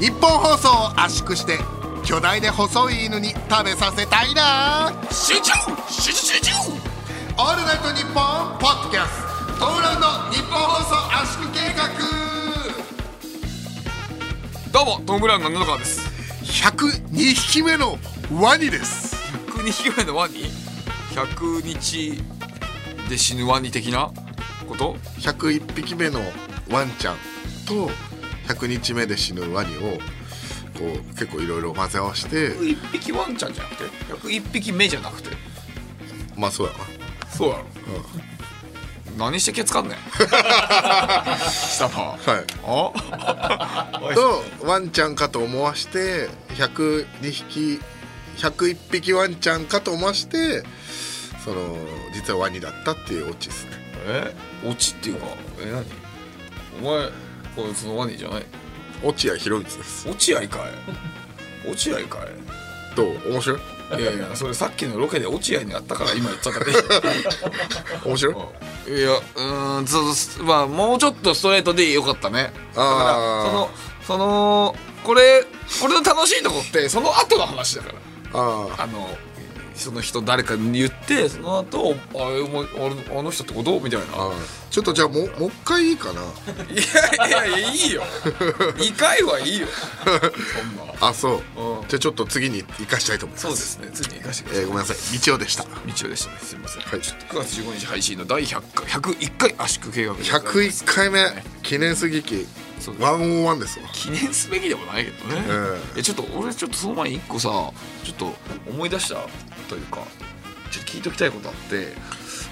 日本放送を圧縮して巨大で細い犬に食べさせたいな集中集中集中オールナイトニッポンポッドキャストトムブラウンド日本放送圧縮計画どうもトム・ブラウンの布川です102匹目のワニです102匹目のワニ100日で死ぬワニ的なこと101匹目のワンちゃんと100日目で死ぬワニをこう結構いろいろ混ぜ合わせて101匹ワンちゃんじゃなくて101匹目じゃなくてまあそうやなそうやろ、何してケツかんねん貴様はい あとワンちゃんかと思わして102匹101匹ワンちゃんかと思わしてその実はワニだったっていうオチですねえオチっていうかえ何お前こいつのワニじゃない落合博満です落合かい落合かいどう面白いいやいやそれさっきのロケで落合にあったから今言っちゃったね面白いいやうーんそうすまあもうちょっとストレートでよかったねだあからーそのそのこれこれの楽しいとこってその後の話だからああのその人誰かに言ってその後あれお前あれあの人ってことみたいなあちょっとじゃあもうもう一回いいかないやいやいやいいよ二回はいいよそんなあそううんじゃあちょっと次に生かしたいと思いますそうですね次に行かせてくえーごだめんさいなさい道夫でした道夫でしたねすみません、はいちょっと9月15日配信の第100回101回圧縮計画でございま101す回目記念すぎきそうです101ですわ記念すべきでもないけどね、ええちょっと俺ちょっとその前に一個さちょっと思い出したというかちょっと聞いときたいことあって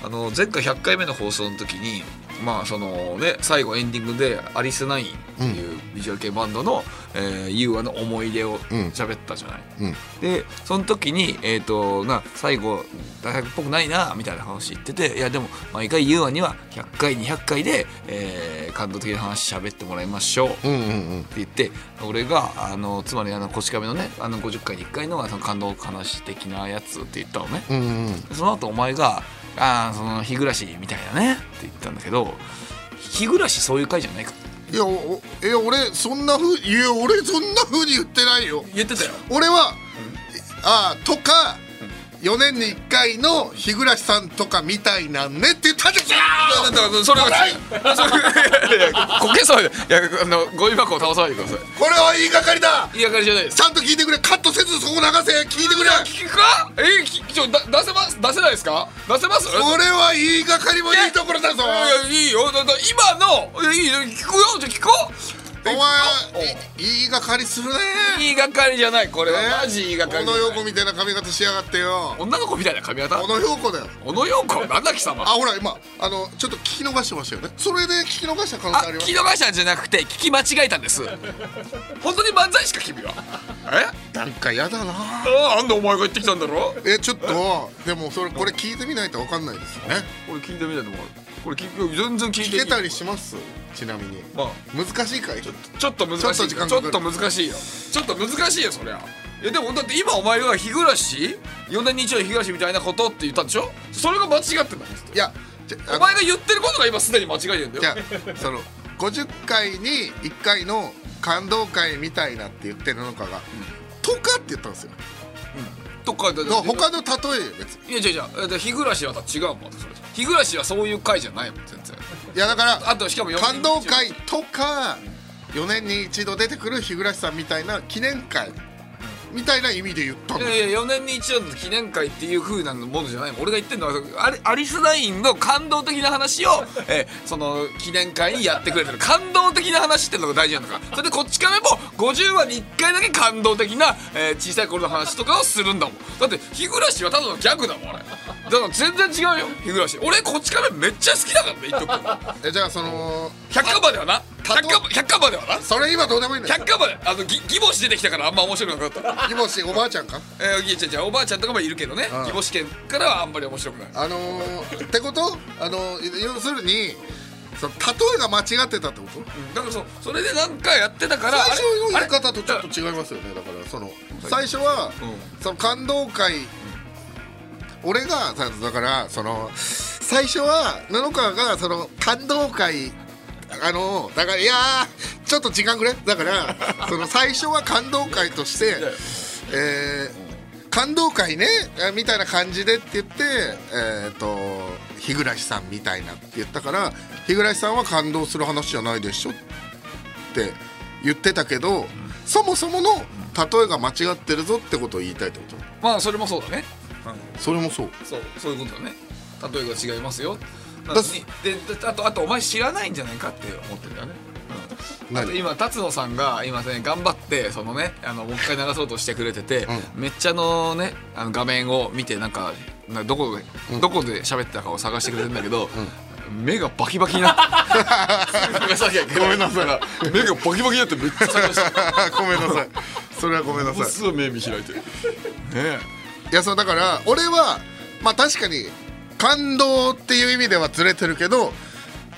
あの前回100回目の放送の時にまあそのね最後エンディングでアリスナインっていうビジュアル系バンドの、えー、優和の思い出をうん喋ったじゃない、うんでその時に、えー、とな最後大学っぽくないなみたいな話言ってていやでも毎回優和には100回200回で、えー感動的な話喋ってもらいましょううんうんうんって言って俺があのつまりあの「こち亀」のねあの50回に1回のあの感動話的なやつって言ったのねうんうんその後お前が「ああその日暮らしみたいなね」って言ったんだけど日暮らしそういう回じゃないかいやおおいや俺そんなふういや俺そんなふうに言ってないよ言ってたよ俺は、ああとか、4年に1回の日暮さんとかみたいなんねって言ったでしだだだそれはそれいやいやこけそうでいやあのゴミ箱を倒さないでください これは言いがかりだ言いがかりじゃないですちゃんと聞いてくれカットせずそこ流せ聞いてくれ聞くかえきちょだ出せます出せないですか出せますこれは言いがかりもいいところだぞいやいいよだだ今のいやいいよ聞くよじゃあ聞こうお前い言いがかりするね言いがかりじゃないこれはマジ言いがかり小じゃ野ない陽子みたいな髪型しやがってよ女の子みたいな髪型小野陽子だよ小野陽子なんだ貴様あほら今あのちょっと聞き逃してましたよねそれで聞き逃した可能あ性ありま聞すき逃したんじゃなくて聞き間違えたんです本当に漫才しか君はえなんかやだなあなんでお前が言ってきたんだろえちょっとでもそれこれ聞いてみないとわかんないですよねこれ聞いてみたいと思うこれ聞く全然聞いて聞けたりしますちなみにまあ難しいかいちょっちょっと難ちょしいっと時間ちかょかるっと難しいよちょっと難しいよそりゃいやでもだって今お前が日暮らし4年に一度の日暮らしみたいなことって言ったんでしょそれが間違ってたんですといやじゃあお前が言ってることが今すでに間違えてるんだよじゃあその50回に1回の感動会みたいなって言ってるのかが「とか」って言ったんですよとかだだから他の例え別にいや違う違うだって日暮らしはまた違うもんそれ日暮らしはそういう回じゃないもん全然いやだからあとしかも4感動会とか4年に一度出てくる日暮さんみたいな記念会みたいな意味で言ったんいだやよいや4年に一度の記念会っていう風なものじゃないもん俺が言ってるのはアリアリスナインの感動的な話を、 えーその記念会にやってくれてる感動的な話ってのが大事なのかそれでこっち亀も50話に1回だけ感動的な、えー小さい頃の話とかをするんだもんだって日暮らしはただのギャグだもんあれだから全然違うよ日暮らし俺こっち亀めっちゃ好きだからね言っとくけどえじゃあその100カバーではな100カバー100カバーではなそれ今どうでもいいんだよ100カバーであのぎギボシ出てきたからあんま面白くなかった義母しおばあちゃんかえー、いや違う違うおばあちゃんとかもいるけどねうん義母試験からはあんまり面白くないあのー、ってことあのー、要するにその例えが間違ってたってことだからそうそれで何回やってたから最初の言いあれ方とちょっと違いますよねだからその最初は、うその感動会俺がさだからその最初は布川がその感動会あのだからいやーちょっと時間くれだからその最初は感動会と してやいや、えー感動会ねえーみたいな感じでって言って、えー、と日暮さんみたいなって言ったから日暮さんは感動する話じゃないでしょって言ってたけど、そもそもの例えが間違ってるぞってことを言いたいってこまあそれもそうだねとそれもそうそうそういうことだね例えが違いますよなだのっすにでであとあとお前知らないんじゃないかって思ってるんだよねあと何今辰野さんが今ね頑張ってそのねあのもう一回流そうとしてくれてて、うめっちゃあのねあの画面を見てなんかなどこで、どこで喋ってたかを探してくれてんだけど、目がバキバキになって ごめんなさい目がバキバキになってめっちゃ探して ごめんなさいそれはごめんなさいすごい目見開いてるねえいやそうだから俺はまあ確かに感動っていう意味ではずれてるけど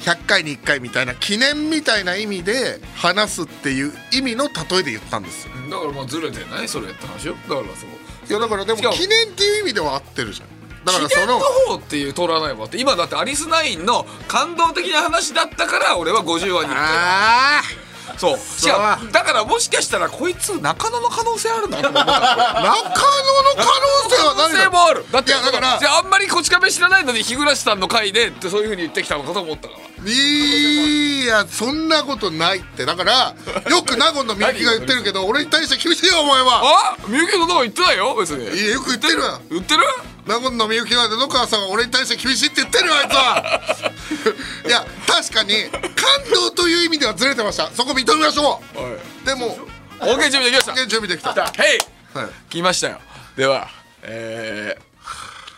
100回に1回みたいな記念みたいな意味で話すっていう意味の例えで言ったんですよだからもうずれてないそれって話よだからそういやだからでもしかも記念っていう意味では合ってるじゃんだから記そ念のの方っていう取らないわって今だってアリスナインの感動的な話だったから俺は50話にあそうう違うだからもしかしたらこいつ中野の可能性あるなと思ったあ中野の可能性は可能何性だもあるだっていやだからじゃああんまりこち亀知らないのに日暮さんの回でってそういうふうに言ってきたのかと思ったからいやそんなことないってだからよく納言のみゆきが言ってるけど俺に対して厳しいよお前はあみゆきのとこ言ってないよ別にいやよく言ってるわ言ってる名古屋のみゆきは布川さんは俺に対して厳しいって言ってるよあいつはいや確かに感動という意味ではずれてましたそこ認めましょおいうでも OK 準備できました準備できた来たヘイはい来ましたよではえ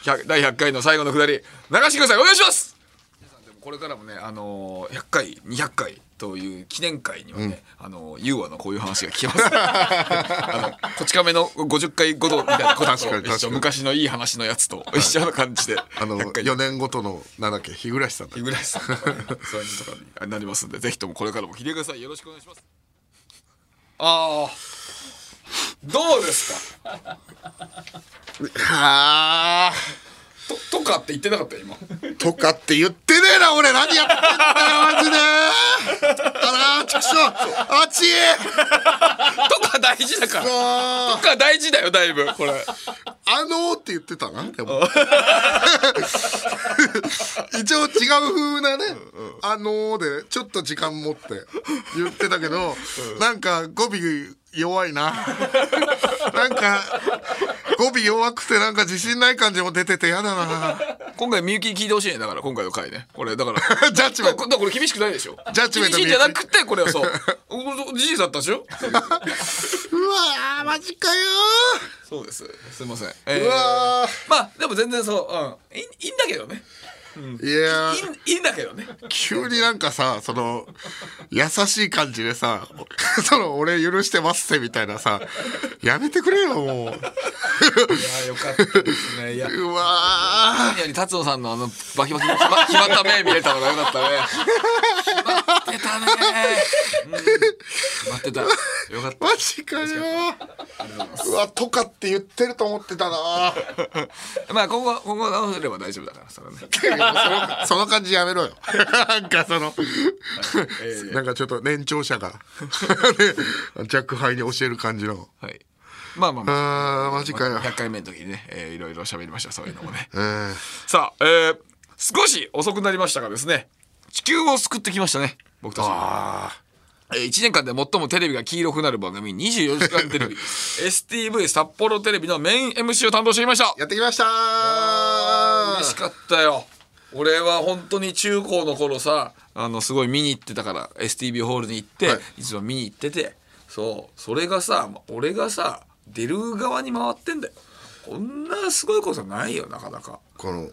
ー、100第100回の最後のくだり流してくださいお願いします皆さんでもこれからもね、あのー、100回200回という記念会にはね、あのー、ユーアのこういう話が聞けます あのこち亀の50回ごとみたいなこと確かにと確一か緒に昔のいい話のやつと一緒の感じであの100回4年ごとのなんだっけ日暮さんだぐらいさんそういうとかになりますんでぜひともこれからも聞いてくださいよろしくお願いしますああどうですかあととかって言ってなかったよ今ーとかって言ってねえな俺何やってんだよマジであらーちくしょうあっちとか大事だから。とあーか大事だよ、だいぶ、これ。あのーって言ってたなでも一応違う風なね「あのー」でちょっと時間持って言ってたけど、なんか語尾弱いな なんか語尾弱くてなんか自信ない感じも出ててやだな今回、みゆきに聞いてほしいね。だから、今回の回ね。これ、だ から。ジャッジメントだからこれ厳しくないでしょ。ジャッジメント厳しいじゃなくて、これはそう。 じじいだったでしょうわーマジかよそうです。すいません。えーーうわまあ、でも全然そう、うん。いいいいんだけどね。ーいやーいいいいんだけどね。急になんかさその優しい感じでさ「その俺許してますって」みたいなさやめてくれよもう。いや、よかったですね。いや。うわ何より達野さんのあのバキバキの決ま決まった目見れたのがよ かったね。決まってたね。うん決まってた。よかったー。マジかようわとかって言ってると思ってた なまあ今後今後直せれば大丈夫だからそれはね。そのその感じやめろよなんか そのなんかちょっと年長者が ね若輩に教える感じのはい。まあまあまあ。あーマジかよ100回目の時にね、えー、いろいろ喋りましたそういうのもね。 うんさあ、えー、少し遅くなりましたがですね地球を救ってきましたね僕たち。あえー1年間で最もテレビが黄色くなる番組24時間 テレビ STV 札幌テレビのメイン MC を担当していましたーやってきましたー嬉しかったよ俺は本当に中高の頃さあのすごい見に行ってたから STB ホールに行って、はいい、つも見に行っててそうそれがさ俺がさ出る側に回ってんだよこんなすごいことないよなかなかこの、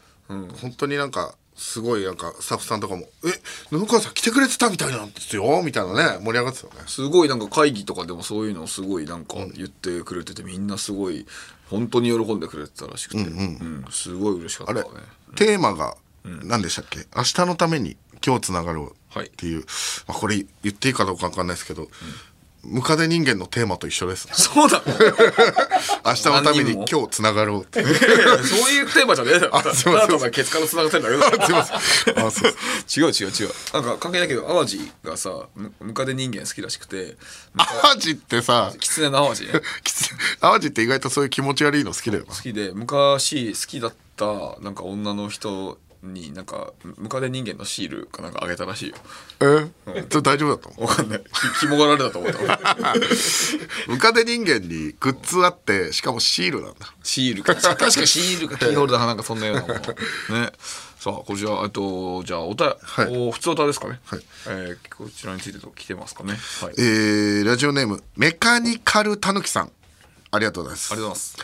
本当になんかすごいなんかスタッフさんとかも「え布川さん来てくれてたみたいなんですよ」みたいなね盛り上がってたよねすごいなんか会議とかでもそういうのをすごいなんか言ってくれてて、みんなすごい本当に喜んでくれてたらしくて、うんすごい嬉しかったあれ、ねテーマが何でしたっけ、明日のために今日つながろうはいっていう、まあ、これ言っていいかどうかわかんないですけど、ムカデ人間のテーマと一緒ですそうだ明日のために 何人も今日つながろうって そういうテーマじゃねえだろあすいませんただただケツから繋がってんだ けどすいませんあそうです違う違う違うなんか関係ないけど淡路がさむムカデ人間好きらしくて淡路ってさ狐の淡路ねきつ淡路って意外とそういう気持ち悪いの好きだよな好きで昔好きだったなんか女の人になんかムカデ人間のシールかなんかあげたらしいよえそれ大丈夫だったのわかんないひひもがられたと思ったムカデ人間にグッズあってしかもシールなんだシールか確かシールかキーホルダーかなんかそんなようなものねさあこちらえっとじゃあおた、はいお普通おたですかね、はいえーこちらについてと来てますかねはいえー、ラジオネームメカニカルたぬきさんありがとうございますありがとうございます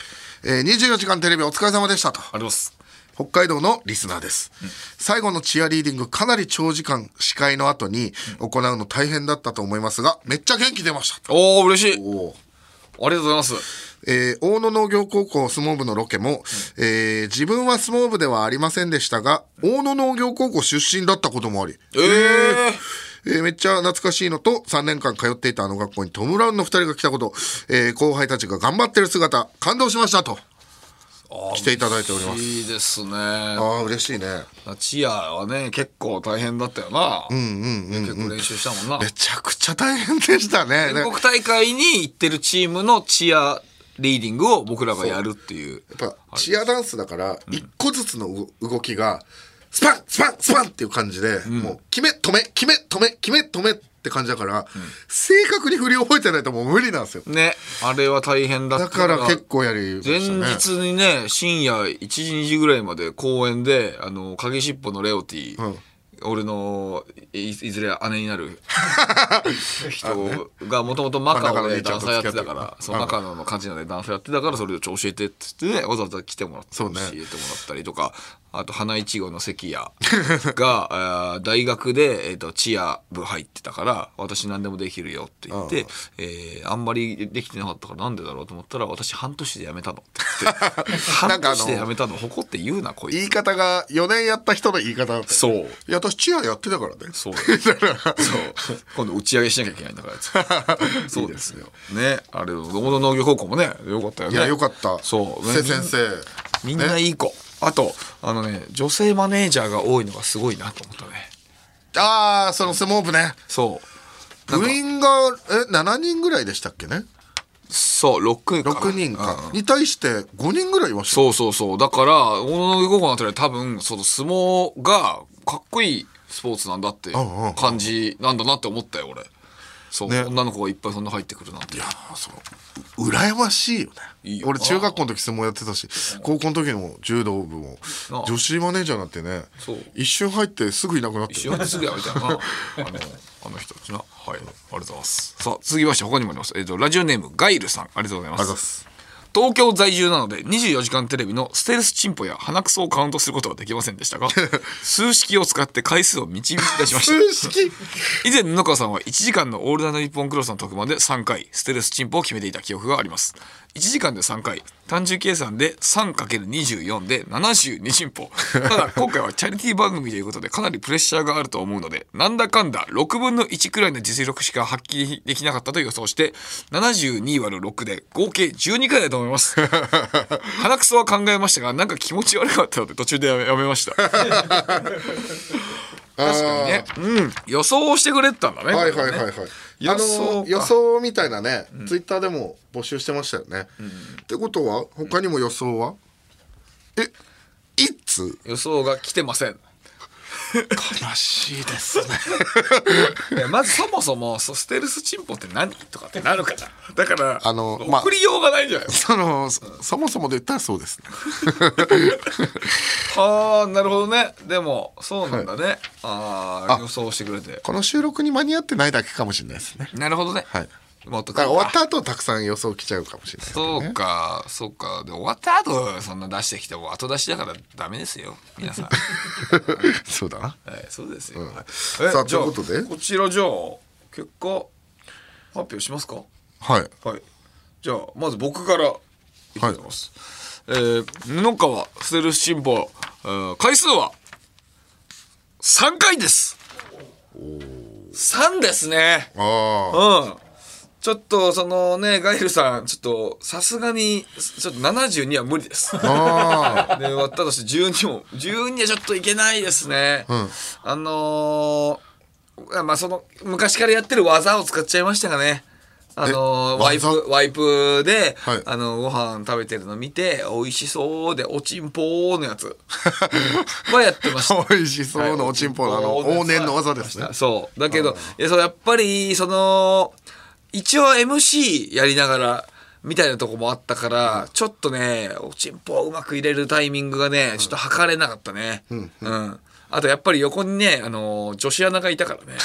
えー24時間テレビお疲れ様でしたとありがとうございます北海道のリスナーです、最後のチアリーディングかなり長時間司会の後に行うの大変だったと思いますがめっちゃ元気出ましたおお嬉しいありおーがとうございますえー大野農業高校相撲部のロケも、えー自分は相撲部ではありませんでしたが大野農業高校出身だったこともあり、えー、えーめっちゃ懐かしいのと3年間通っていたあの学校にトム・ブラウンの2人が来たこと、えー後輩たちが頑張ってる姿感動しましたとあー来ていただいておりますいいですねああ嬉しいねチアはね結構大変だったよな、うんうんうん結構練習したもんなめちゃくちゃ大変でしたね全国大会に行ってるチームのチアリーディングを僕らがやるっていうやっぱチアダンスだから一個ずつのう動きがスパンスパンスパンっていう感じで、もう決め止め決め止め決め止めって感じだから、正確に振り覚えてないともう無理なんですよねあれは大変だっただから結構やりま前したね日にね深夜1時2時ぐらいまで公園であの鍵しっぽのレオティ、うん俺のいいずれ姉にな る人がもともとマカオでダンサーやって真ん中の兄ちゃんと付き合ってるたかかららそうマカオの感じなんでダンサーやってたからそれをちょ教えてって言ってねわざわざ来てもらってそうね教えてもらったりとかあと花いちごの関谷があー大学で、えー、とチア部入ってたから私何でもできるよって言ってえーあんまりできてなかったからなんでだろうと思ったら私半年で辞めたのって 言ってな半んかあの年で辞めたの誇って言うなこいつ言い方が4年やった人の言い方だったよそういや私チアやってたからねそう そう今度打ち上げしなきゃいけないんだからあ いつそうですよねあれ大野農業高校もねよかったよいねやよかったそうせ先生みんないい子あとあのね女性マネージャーが多いのがすごいなと思ったねああその相撲部ねそうなん部か員がえ7人ぐらいでしたっけねそう6人かな6人うんかに対して5人ぐらいいましたそうそうそうだから大野農業高校のあたりは多分その相撲がかっこいいスポーツなんだってんうんうん感じなんだなって思ったよ俺そう、ね女の子がいっぱいそんな入ってくるなんていやーその羨ましいよねいいよ俺中学校の時相撲やってたし高校の時も柔道部もああ女子マネージャーなんてねそう一瞬入ってすぐいなくなって一緒にすぐやめた よなあのあの人たちなはいありがとうございますさあ続きまして他にもありますえっ、とラジオネームガイルさんありがとうございますありがとうございます東京在住なので24時間テレビのステルスチンポや鼻くそをカウントすることはできませんでしたが数式を使って回数を導き出しました数 式以前布川さんは1時間の「オールナイトニッポンクロス」の特番で3回ステルスチンポを決めていた記憶があります1時間で3回単純計算で 3×24 で72チンポた だ今回はチャリティー番組ということでかなりプレッシャーがあると思うのでなんだかんだ6分の1くらいの実力しか発揮できなかったと予想して72割る6で合計12回だと思います 鼻くそは考えましたがなんか気持ち悪かったので途中でやめやめました確かにね、うん、予想をしてくれてたんだね。はいはいこはれいねはい予あ想のか予想みたいなねツイッターでも募集してましたよねってことは他にも予想はえいつ 予想が来てません。悲しいですね いやまずそもそもそうステルスチンポって何とかってなるから。だからあのまあ送りようがないんじゃない。そのそそもそもで言ったらそうですねああなるほどね。でもそうなんだね。あああ予想してくれて。この収録に間に合ってないだけかもしれないですねなるほどね。はいもっとだから終わった後たくさん予想来ちゃうかもしれないですねそうか、そうか。で終わった後そんな出してきても後出しだからダメですよ 皆さん。そうだな。はい、そうですよ。はいさあえじゃということでこちらじゃあ結果発表しますか。はい。はい。じゃあまず僕からいきたいと思います。えー、布川ステルスチンポ、えー回数は三回です。三ですね。あうん。ちょっとそのねガイルさんちょっとさすがにちょっと72は無理です。ああで割ったとして12も12はちょっといけないですね。んあのーまあその昔からやってる技を使っちゃいましたかね。あのーえワイプ技ワイプで、はいあのご飯食べてるの見て美味しそうでおちんぽーの やつはやってまし た。美味しそうなおちんぽのあの往年の技ですねそうだけどいやそうやっぱりその一応 MC やりながらみたいなとこもあったから、ちょっとねおちんぽをうまく入れるタイミングがねちょっと測れなかったねうん、あとやっぱり横にね、あの女子アナがいたから ね、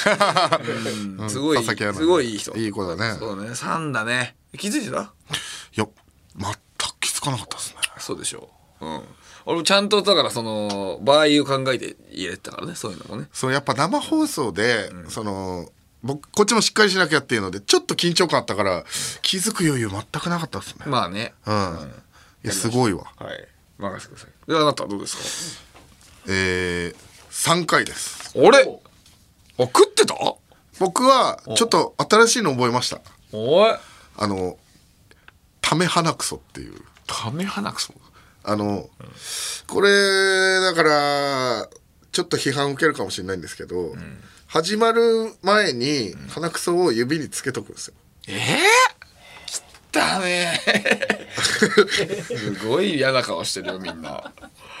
うんすごい佐々木アナすごいいい人いい子だねそうね3だね気づいてたいや全く気づかなかったですねそうでしょう、うん、俺もちゃんとだからその場合を考えて入れてたからねそういうのもねそのやっぱ生放送で、その僕こっちもしっかりしなきゃっていうのでちょっと緊張感あったから気づく余裕全くなかったですねまあねうん、いやすごいわはい。任せてください。で、あなたはどうですえー、3回ですかあれあ、食ってた僕はちょっと新しいの覚えましたおい。あのため鼻くそっていうため鼻くそ。あの、これだからちょっと批判受けるかもしれないんですけど、始まる前に鼻くそを指につけとくんですよえぇ、汚 ねえすごい嫌な顔してるよ、みんな。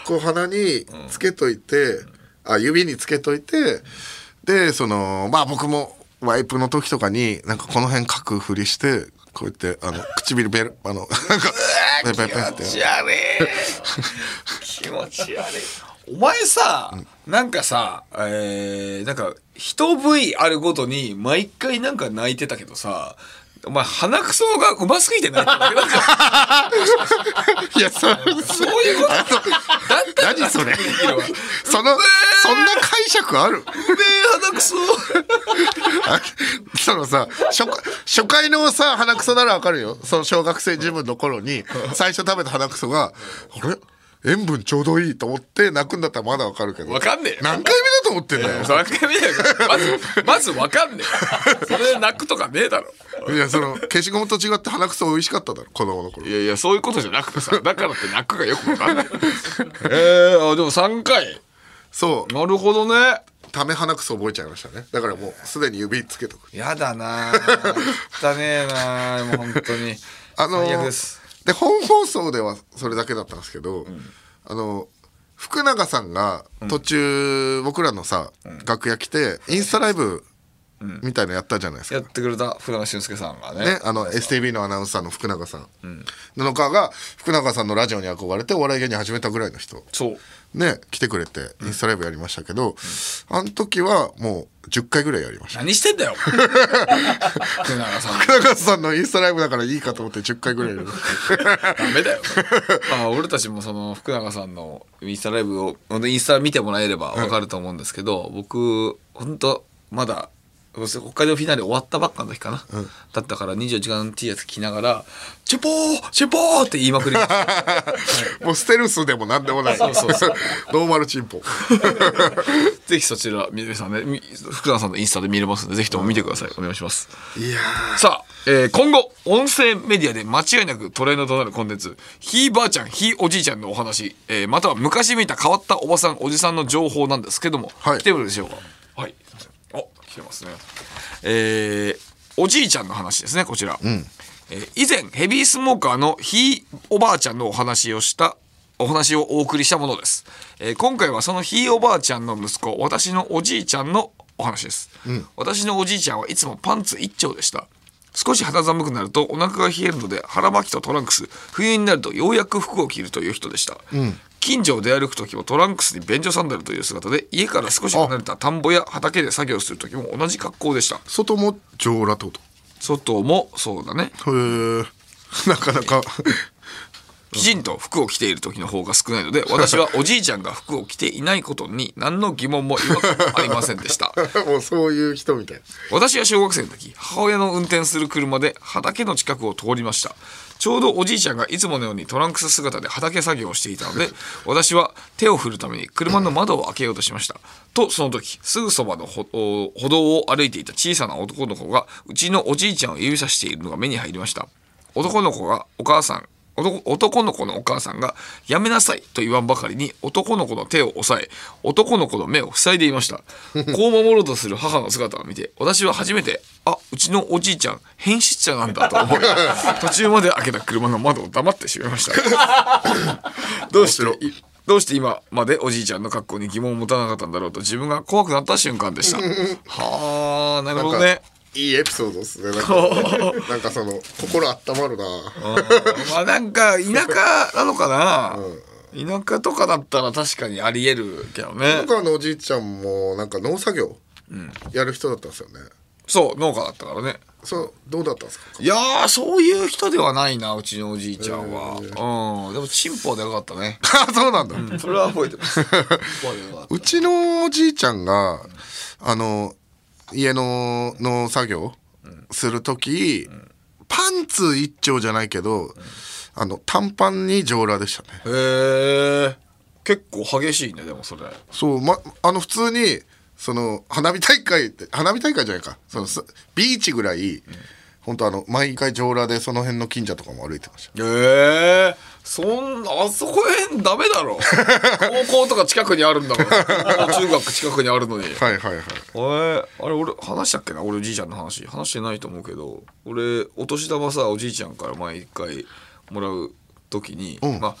こう鼻につけといて、あ指につけといてでそのまあ僕もワイプの時とかになんかこの辺かくふりしてこうやってあの唇ベルあのなんかペンペンペンっ気て持ち悪い。気持ち悪い。お前さ、なんかさ、えー、なんか、一部位あるごとに、毎回なんか泣いてたけどさ、お前、鼻くそがうますぎて泣いてただけなんかいやそそういうことだ ったら何それできるわそのそんな解釈あるうめえ鼻くそあ そのさ初初回のさ鼻くそならわかるよその小学生自分の頃に最初食べた鼻くそがあれ塩分ちょうどいいと思って泣くんだったらまだわかるけどわかんねえよ何回目だと思ってんだよ3回目だよまずまず分かんねえそれで泣くとかねえだろいやその消しゴムと違って鼻くそ美味しかっただろ子供の頃いやいやそういうことじゃなくてさだからって泣くがよくわかんない えー、あでも3回そうなるほどねため鼻くそ覚えちゃいましたねだからもうすでに指つけとくやだなだねえなもう本当にあのー最悪ですで本放送ではそれだけだったんですけど、あの福永さんが途中、僕らのさ、楽屋来てインスタライブみたいのやったじゃないですやっか、てくれた福永俊介さんがねね、あの STB のアナウンサーの福永さん、布川が福永さんのラジオに憧れてお笑い芸人始めたぐらいの人そうね来てくれてインスタライブやりましたけど、あの時はもう10回ぐらいやりました何してん だよ福永さん福永さんのインスタライブだからいいかと思って10回ぐらいやりましたダメだよ。 まあ俺たちもその福永さんのインスタライブを本当インスタ見てもらえればわかると思うんですけど、僕本当まだ北海道フィナーレ終わったばっかの時かな、だったから24時間 T シャツ着ながら「チュポーチュポー!」って言いまくりま したもうステルスでも何でも ないノーマルチンポぜひそちら皆さんねみ福永さんのインスタで見れますのでぜひとも見てくださいお願いしますいやさあ、えー今後音声メディアで間違いなくトレンドとなるコンテンツひいばあちゃんひいおじいちゃんのお話、えーまたは昔見た変わったおばさんおじさんの情報なんですけども、はい来てるでしょうかはいあ来てますねえーおじいちゃんの話ですねこちら、えー以前ヘビースモーカーのひいおばあちゃんのお話をしたお話をお送りしたものです、えー今回はそのひいおばあちゃんの息子私のおじいちゃんのお話です、私のおじいちゃんはいつもパンツ一丁でした少し肌寒くなるとお腹が冷えるので腹巻きとトランクス冬になるとようやく服を着るという人でした、近所を出歩く時もトランクスに便所サンダルという姿で家から少し離れた田んぼや畑で作業する時も同じ格好でした外も上裸ってこ外もそうだねとへえなかなか きちんと服を着ている時の方が少ないので私はおじいちゃんが服を着ていないことに何の疑問も違和感もありませんでしたもうそういう人みたい私は小学生の時母親の運転する車で畑の近くを通りましたちょうどおじいちゃんがいつものようにトランクス姿で畑作業をしていたので私は手を振るために車の窓を開けようとしましたとその時すぐそばの歩お歩道を歩いていた小さな男の子がうちのおじいちゃんを指さしているのが目に入りました男の子がお母さん男男の子のお母さんが「やめなさい」と言わんばかりに男の子の手を押さえ男の子の目を塞いでいましたこう守ろうとする母の姿を見て私は初めて「あうちのおじいちゃん変質者なんだ」と思い途中まで開けた車の窓を黙って閉めましたどうし面ていどうして今までおじいちゃんの格好に疑問を持たなかったんだろうと自分が怖くなった瞬間でしたはあなるほどねいいエピソードですねなんかなんかその心温まるな まあなんか田舎なのかな、田舎とかだったら確かにありえるけどね僕あのおじいちゃんもなんか農作業やる人だったんですよね、そう農家だったからねそうどうだったんですかいやーそういう人ではないなうちのおじいちゃんは、うんでもチンポはでよかったねあそうなんだ、 それは覚えてます うちのおじいちゃんがあの家の農作業する時、パンツ一丁じゃないけど、あの短パンに上裸でしたねへえ結構激しいねでもそれそうまあの普通にその花火大会って花火大会じゃないかそのすビーチぐらい、本当あの毎回上裸でその辺の近所とかも歩いてましたええそんなあそこへんダメだ ろ高校とか近くにあるんだから中学近くにあるのにはいはいはいあれあれ俺話したっけな俺おじいちゃんの話話してないと思うけど俺お年玉さおじいちゃんから毎回もらう時に、まあ、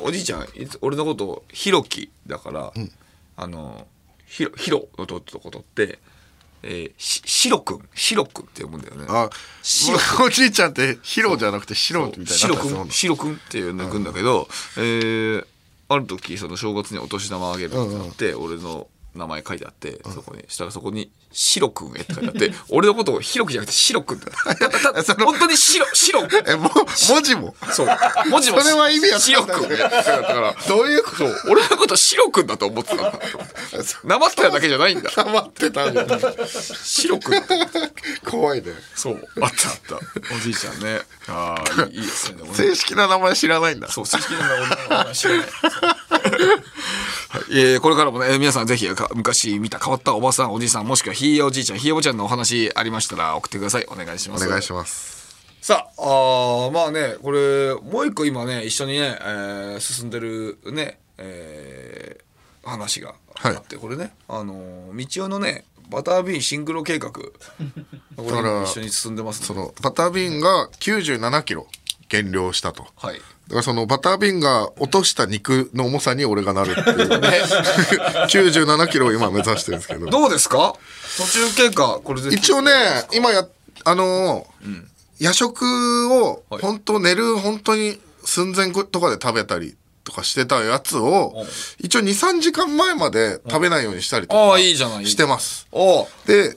おおじいちゃんいつ俺のことを「ひろき」だから、あのひろひろのとことって、えー、ししろくんしろくんって呼ぶんだよね。あ白おじいちゃんってヒロじゃなくてシロみたいになシロくそうなんんだシロくんっていうのくんだけど、えーある時その正月にお年玉あげるってなって、俺の名前書いてあって、そこにしたらそこに「シロくんへ」って書いてあって 俺のことを「ヒロキ」じゃなくて「シロくん」だ その本当にシロ「シロくんえも文字も」そう文字もそれは意味わシロかんくんなねいだからどういうことそう俺のことシロくんだと思ってたん だなまってただけじゃないんだ溜まってたんだシロくん怖いねそうあったあったおじいちゃんねああいいいいですねでもね正式な名前知らないんだそう、正式な女の名前知らない。はいえーこれからもね、えー皆さんぜひか昔見た変わったおばさん、おじいさん、もしくはひいやおじいちゃん、ひいおばちゃんのお話ありましたら送ってください。お願いしまおす。願いしますさあ、あーまあね、これ、もう一個今ね、一緒にね、えー進んでるね、えー話があって、これね、あのー、みちおのね、バタービーンシンクロ計画、これだから今一緒に進んでますそね。のバタービンが9 7キロ減量したとはい。だからそのバタービンが落とした肉の重さに俺がなるっていうね 9 7キロを今目指してるんですけどどうですか途中経過、これで。一応ね今やあのー、夜食をはい本当寝る本当に寸前とかで食べたりとかしてたやつを一応23時間前まで食べないようにしたりとあかあ、いいじゃない。してますおうで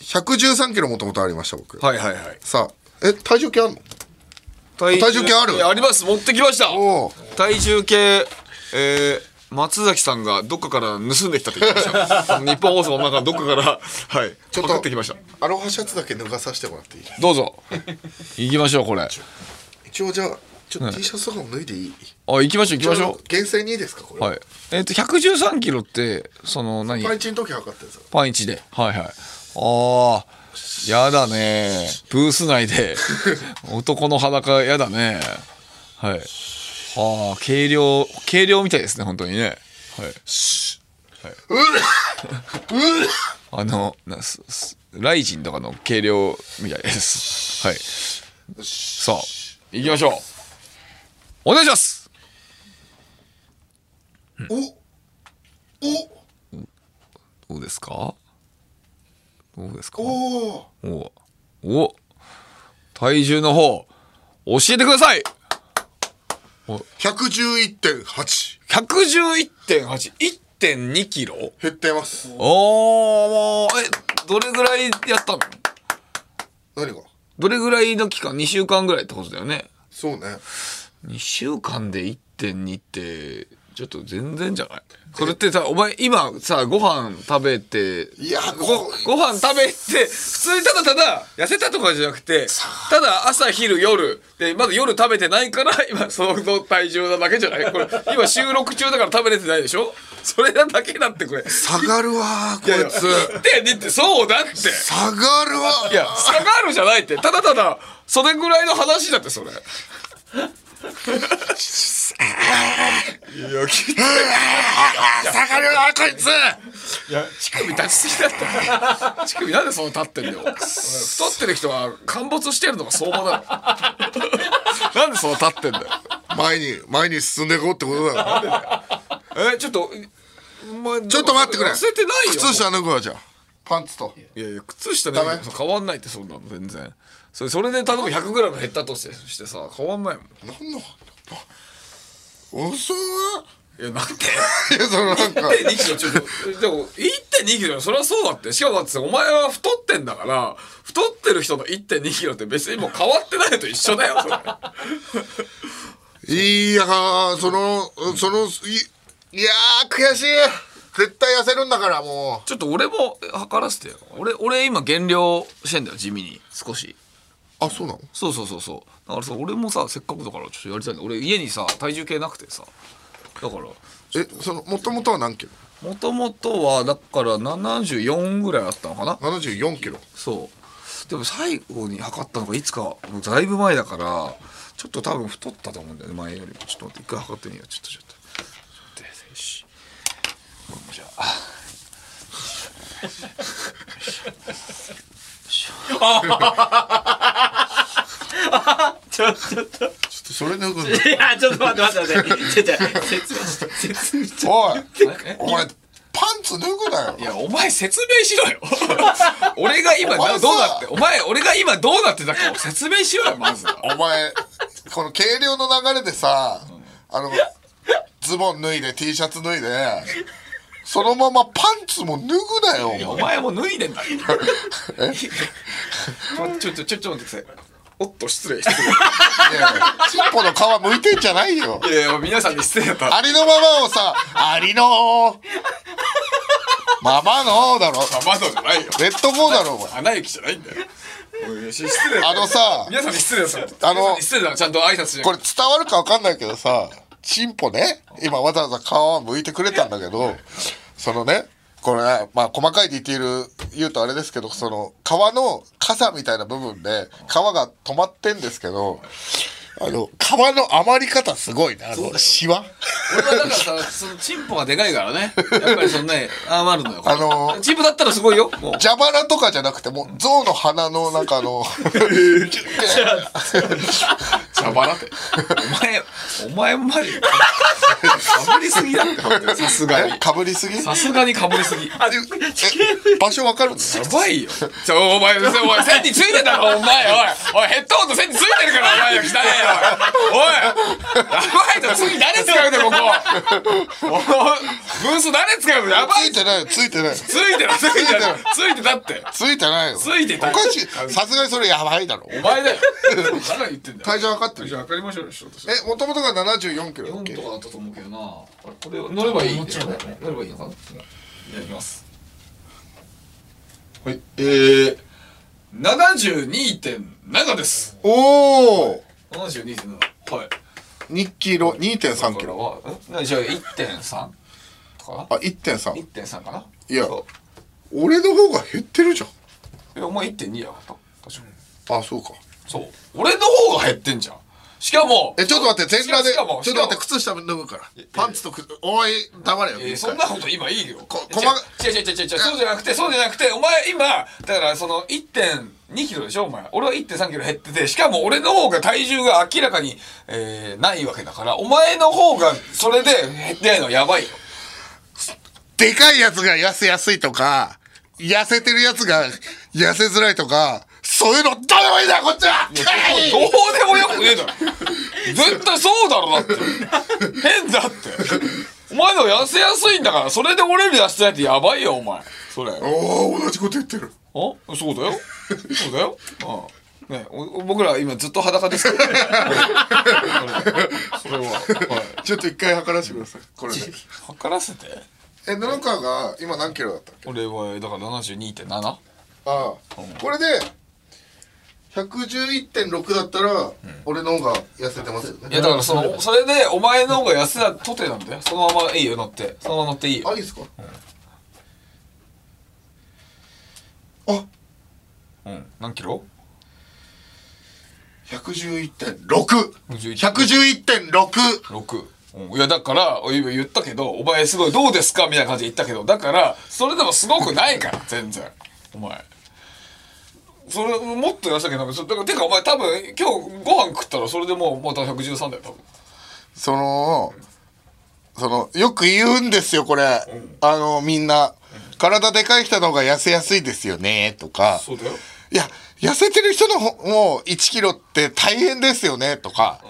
113キロもともとありました僕はいはいはいさあえ体重計あんの体体重計あるいやあります持ってきましたおう体重計えー、松崎さんがどっかから盗んできたって言ってました あの日本放送の中のどっかからはいちょっちょとっと買ってきましたアロハシャツだけ脱がさせてもらっていいどうぞ行きましょうこれあ一応じゃあちょっと T シャツとかも脱いでいい行きましょう行きまし一ょ応厳正にいいですかこうれはいえっ、と113キロってその何パンチの時測ったやつパンイチではいはいああやだねブース内で男の裸やだねはいああ軽量軽量みたいですね本当にねはいあのなすすライジンとかの軽量みたいですはいさあ行きましょうお願いしますおどうですかどうですかおおおおお体重の方教えてください111.8 111.81.2キロ減ってますおーもうえどれぐらいやったの何がどれぐらいの期間2週間ぐらいってことだよねそうね2週間で1.2ってちょっと全然じゃないそれってさお前今さご飯食べていやごごご飯食べて普通にただただ痩せたとかじゃなくてただ朝昼夜でまだ夜食べてないから今その体重なだけじゃないこれ今収録中だから食べれてないでしょそれだけだってこれこ下がるわーこいつ1.2ってそうだって下がるわーいや下がるじゃないってただただそれぐらいの話だってそれいやきうわー下がるわーこいつ乳首立ちすぎだった乳首なんでその立ってるよ太ってる人は陥没してるのが相場だろなんでその立ってんだよ前に前に進んでいこうってことだろえちょっとまちょっと待ってくれ痩せてないよ靴下脱ぐわじゃあパンツといやいや靴下ね変わんないってそんなの全然それそれで例えば 100g 減ったとしてしてさ変わんないもんなんのおそいやなんでいいやそのなんか1 2キロちょっとでも1 2キロそりゃそうだってしかもだってお前は太ってんだから太ってる人の1 2キロって別にもう変わってないのと一緒だよそれいやーそのそのいいやー悔しい絶対痩せるんだからもちょっと俺も測らせてよ俺俺今減量してんだよ地味に少しうあそうなのそうそうそうそうだからさ俺もさせっかくだからちょっとやりたいんだ俺家にさ体重計なくてさだからえそのもともとは何キロもともとはだから74ぐらいあったのかな74キロそうでも最後に測ったのがいつかもうだいぶ前だからちょっと多分太ったと思うんだよね前よりもちょっと待って一回測ってみようちょっとちょっとちょっとよしこれもじゃあちょっとちょっとちょっとそれ脱ぐんだいやちょっと待って待って待ってちょっと説明して説明しておいえお前パンツ脱ぐなよいや、お前説明しろよ。俺が今お前さどうなって、お前、俺が今どうなってたかを説明しろよ、まず。お前この計量の流れでさあのズボン脱いで T シャツ脱いでそのままパンツも脱ぐなよお前お前も脱いでんだよ。ちょ、ちょ、ちょ、ちょ、待ってください。おっと、失礼。失いやいやチンポの皮むいてんじゃないよ礼いやいや、皆さんに失礼だった。ありのままをさありのままのだろ窓じゃないよ。レッドゴーだろお前穴行きじゃないんだよ。おいし失礼だよあのさ皆さんに失礼ですよ。あの皆さんに失礼だよ。ちゃんと挨拶しなこいれ伝わるかわかんないけどさチンポね今わざわざ皮を剥いてくれたんだけどそのねこれねまあ細かいディティール言うとあれですけどその皮の傘みたいな部分で皮が止まってんですけどあの皮の余り方すごいねあのシワ俺はだからさ、そのチンポがでかいからね。やっぱりそんなね、余るのよ。あのチンポだったらすごいよ。もう。蛇腹とかじゃなくてもう象の鼻のなんかあ の茶腹って。お前、お前まで。かぶりすぎだって。さす がに。かぶりすぎさすがにかぶりすぎ。やえ場所わかるんですかばいよ。ちょ、お前、お前、線についてたろ、お前、おい。おい、ヘッドホンの線についてるから、お前、汚ねえよ、おい。おい。やばいと、次誰使うね、ここ。おブース誰使うの、やばついい。てないよついてないよついてる、ついてる、ついてたって。ついてないよついてたおかしいさすがにそれやばいだろお前だよ。何言ってんだよ。体重わかってるじゃあ、わかりましょうよ、ちょっと。え、もともとが七十四キロだっ本け。とかだったと思うけどな。これ乗ればいいんだよね。乗ればいいのかな。いただきます。はい。えー、七十二点七です。おお、七十二点七。はい。二キロ、二点三キロ。ロは、じゃあ一点三とかあ、一点三な。一。点三かな。いやそ俺の方が減ってるじゃうえお前一点二やわ。確かに。ん。あ、そうか。そう。俺の方が減ってんじゃん。しかも。え、ちょっと待って、全裸で。しちょかっもと待って、靴下脱ぐから。パンツと靴、おい、黙れよ。えー一そん回なこと今いいよ。こ違う細か違う違う違う違うそうじゃなくてそうじゃなくてお前今だからその1.2キロでしょお前俺は1.3キロ減っててしかも俺の方が体重が明らかに、えーないわけだからお前の方がそれで減ってないのはやばいよ。でかいやつが痩せやすいとか、痩せてるやつが痩せづらいとか、そういうのどうでもいいんだよ、こっちは。はいどうでもよくねえだろ。絶対そうだろだって。変だって。お前の痩せやすいんだからそれで俺より痩せてないってやばいよお前。それ。おお、同じこと言ってる。あそうだよ。そうだよ。あね、お僕ら今ずっと裸ですけどこれそ れは、はい、ちょっと一回測らせてくださいこれで測らせてえ布川が今何キロだったっけ俺はだから 72.7? ああ、これで111.6だったら、俺の方が痩せてますよねいやだからそのそれでお前の方が安田とてなんだよそのままいいよ乗ってそのまま乗っていいあよいいですか、あうん何キロ111.6 111.6 111.6うんいやだから今言ったけどお前すごいどうですかみたいな感じで言ったけどだからそれでもすごくないから全然お前それもっと痩せなきゃダメそれだからてかお前多分今日ご飯食ったらそれでもうまた113だよ多分そのそのよく言うんですよこれ、あのみんな体でかい人の方が痩せやすいですよねとかそうだよいや痩せてる人のほもう1キロって大変ですよねとか、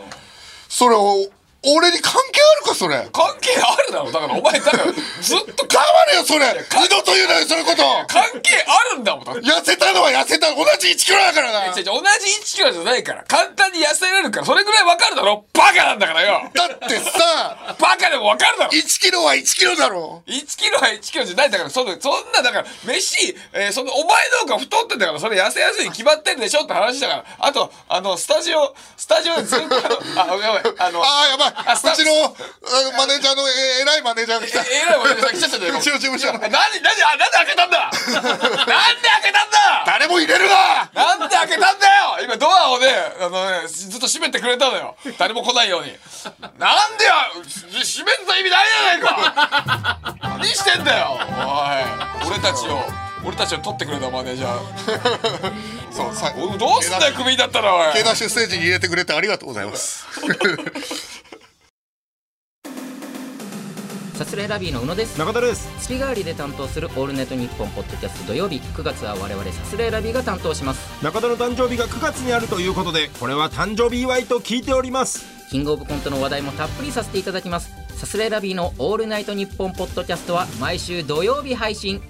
それを俺に関係あるかそれ変わ関係あるだろだからお前だからずっとかるよそれ二度と言うなよそれこと関係あるんだもんだって痩せたのは痩せた同じ1キロだからな違う違う同じ1キロじゃないから簡単に痩せられるからそれぐらいわかるだろバカなんだからよだってさバカでもわかるだろ1キロは1キロだろ1キロは1キロじゃないだからそのそんなだから飯、えーそのお前の方が太ってんだからそれ痩せやすいに決まってんでしょって話だからあとあのスタジオスタジオでずっとあのあやばいあのああやばいあスタうちのあマネージャーのえ偉いマネージャーが来たええらいもんさっきちょっとね うちの事務所の何何あなんで開けたんだ なんで開けたんだ誰も入れるななんで開けたんだよ今ドアをね、あのね、ずっと閉めてくれたのよ。誰も来ないように。なんでよ閉めた意味ないじゃないか何してんだよおい。俺たちを、俺たちを取ってくれたマネージャー。そうさおどうすんだよ、クビだったらおい。ケダッシュステージに入れてくれてありがとうございます。サスレラビーの宇野です中田です月替わりで担当する「オールネットニッポン」ポッドキャスト土曜日9月は我々サスレラビーが担当します中田の誕生日が9月にあるということでこれは誕生日祝いと聞いておりますキングオブコントの話題もたっぷりさせていただきますサスレラビーの「オールナイトニッポン」ポッドキャストは毎週土曜日配信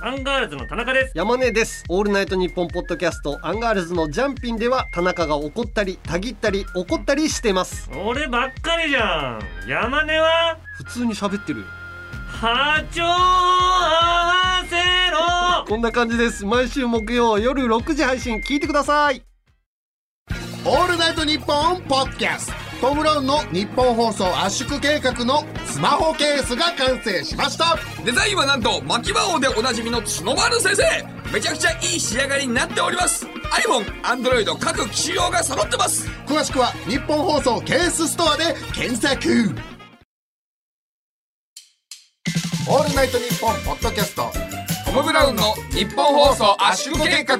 アンガールズの田中です。山根です。オールナイトニッポンポッドキャストアンガールズのジャンピンでは田中が怒ったり、たぎったり、怒ったりしてます。俺ばっかりじゃん。山根は普通に喋ってるよ。波長合わせろ。こんな感じです。毎週木曜夜6時配信聞いてください。オールナイトニッポンポッドキャストトム・ブラウンの日本放送圧縮計画のスマホケースが完成しましたデザインはなんと、巻き魔王でおなじみの角丸先生。めちゃくちゃいい仕上がりになっております。iPhone、Android 各機種用が揃ってます。詳しくは日本放送ケースストアで検索オールナイトニッポンポッドキャストトム・ブラウンの日本放送圧縮計画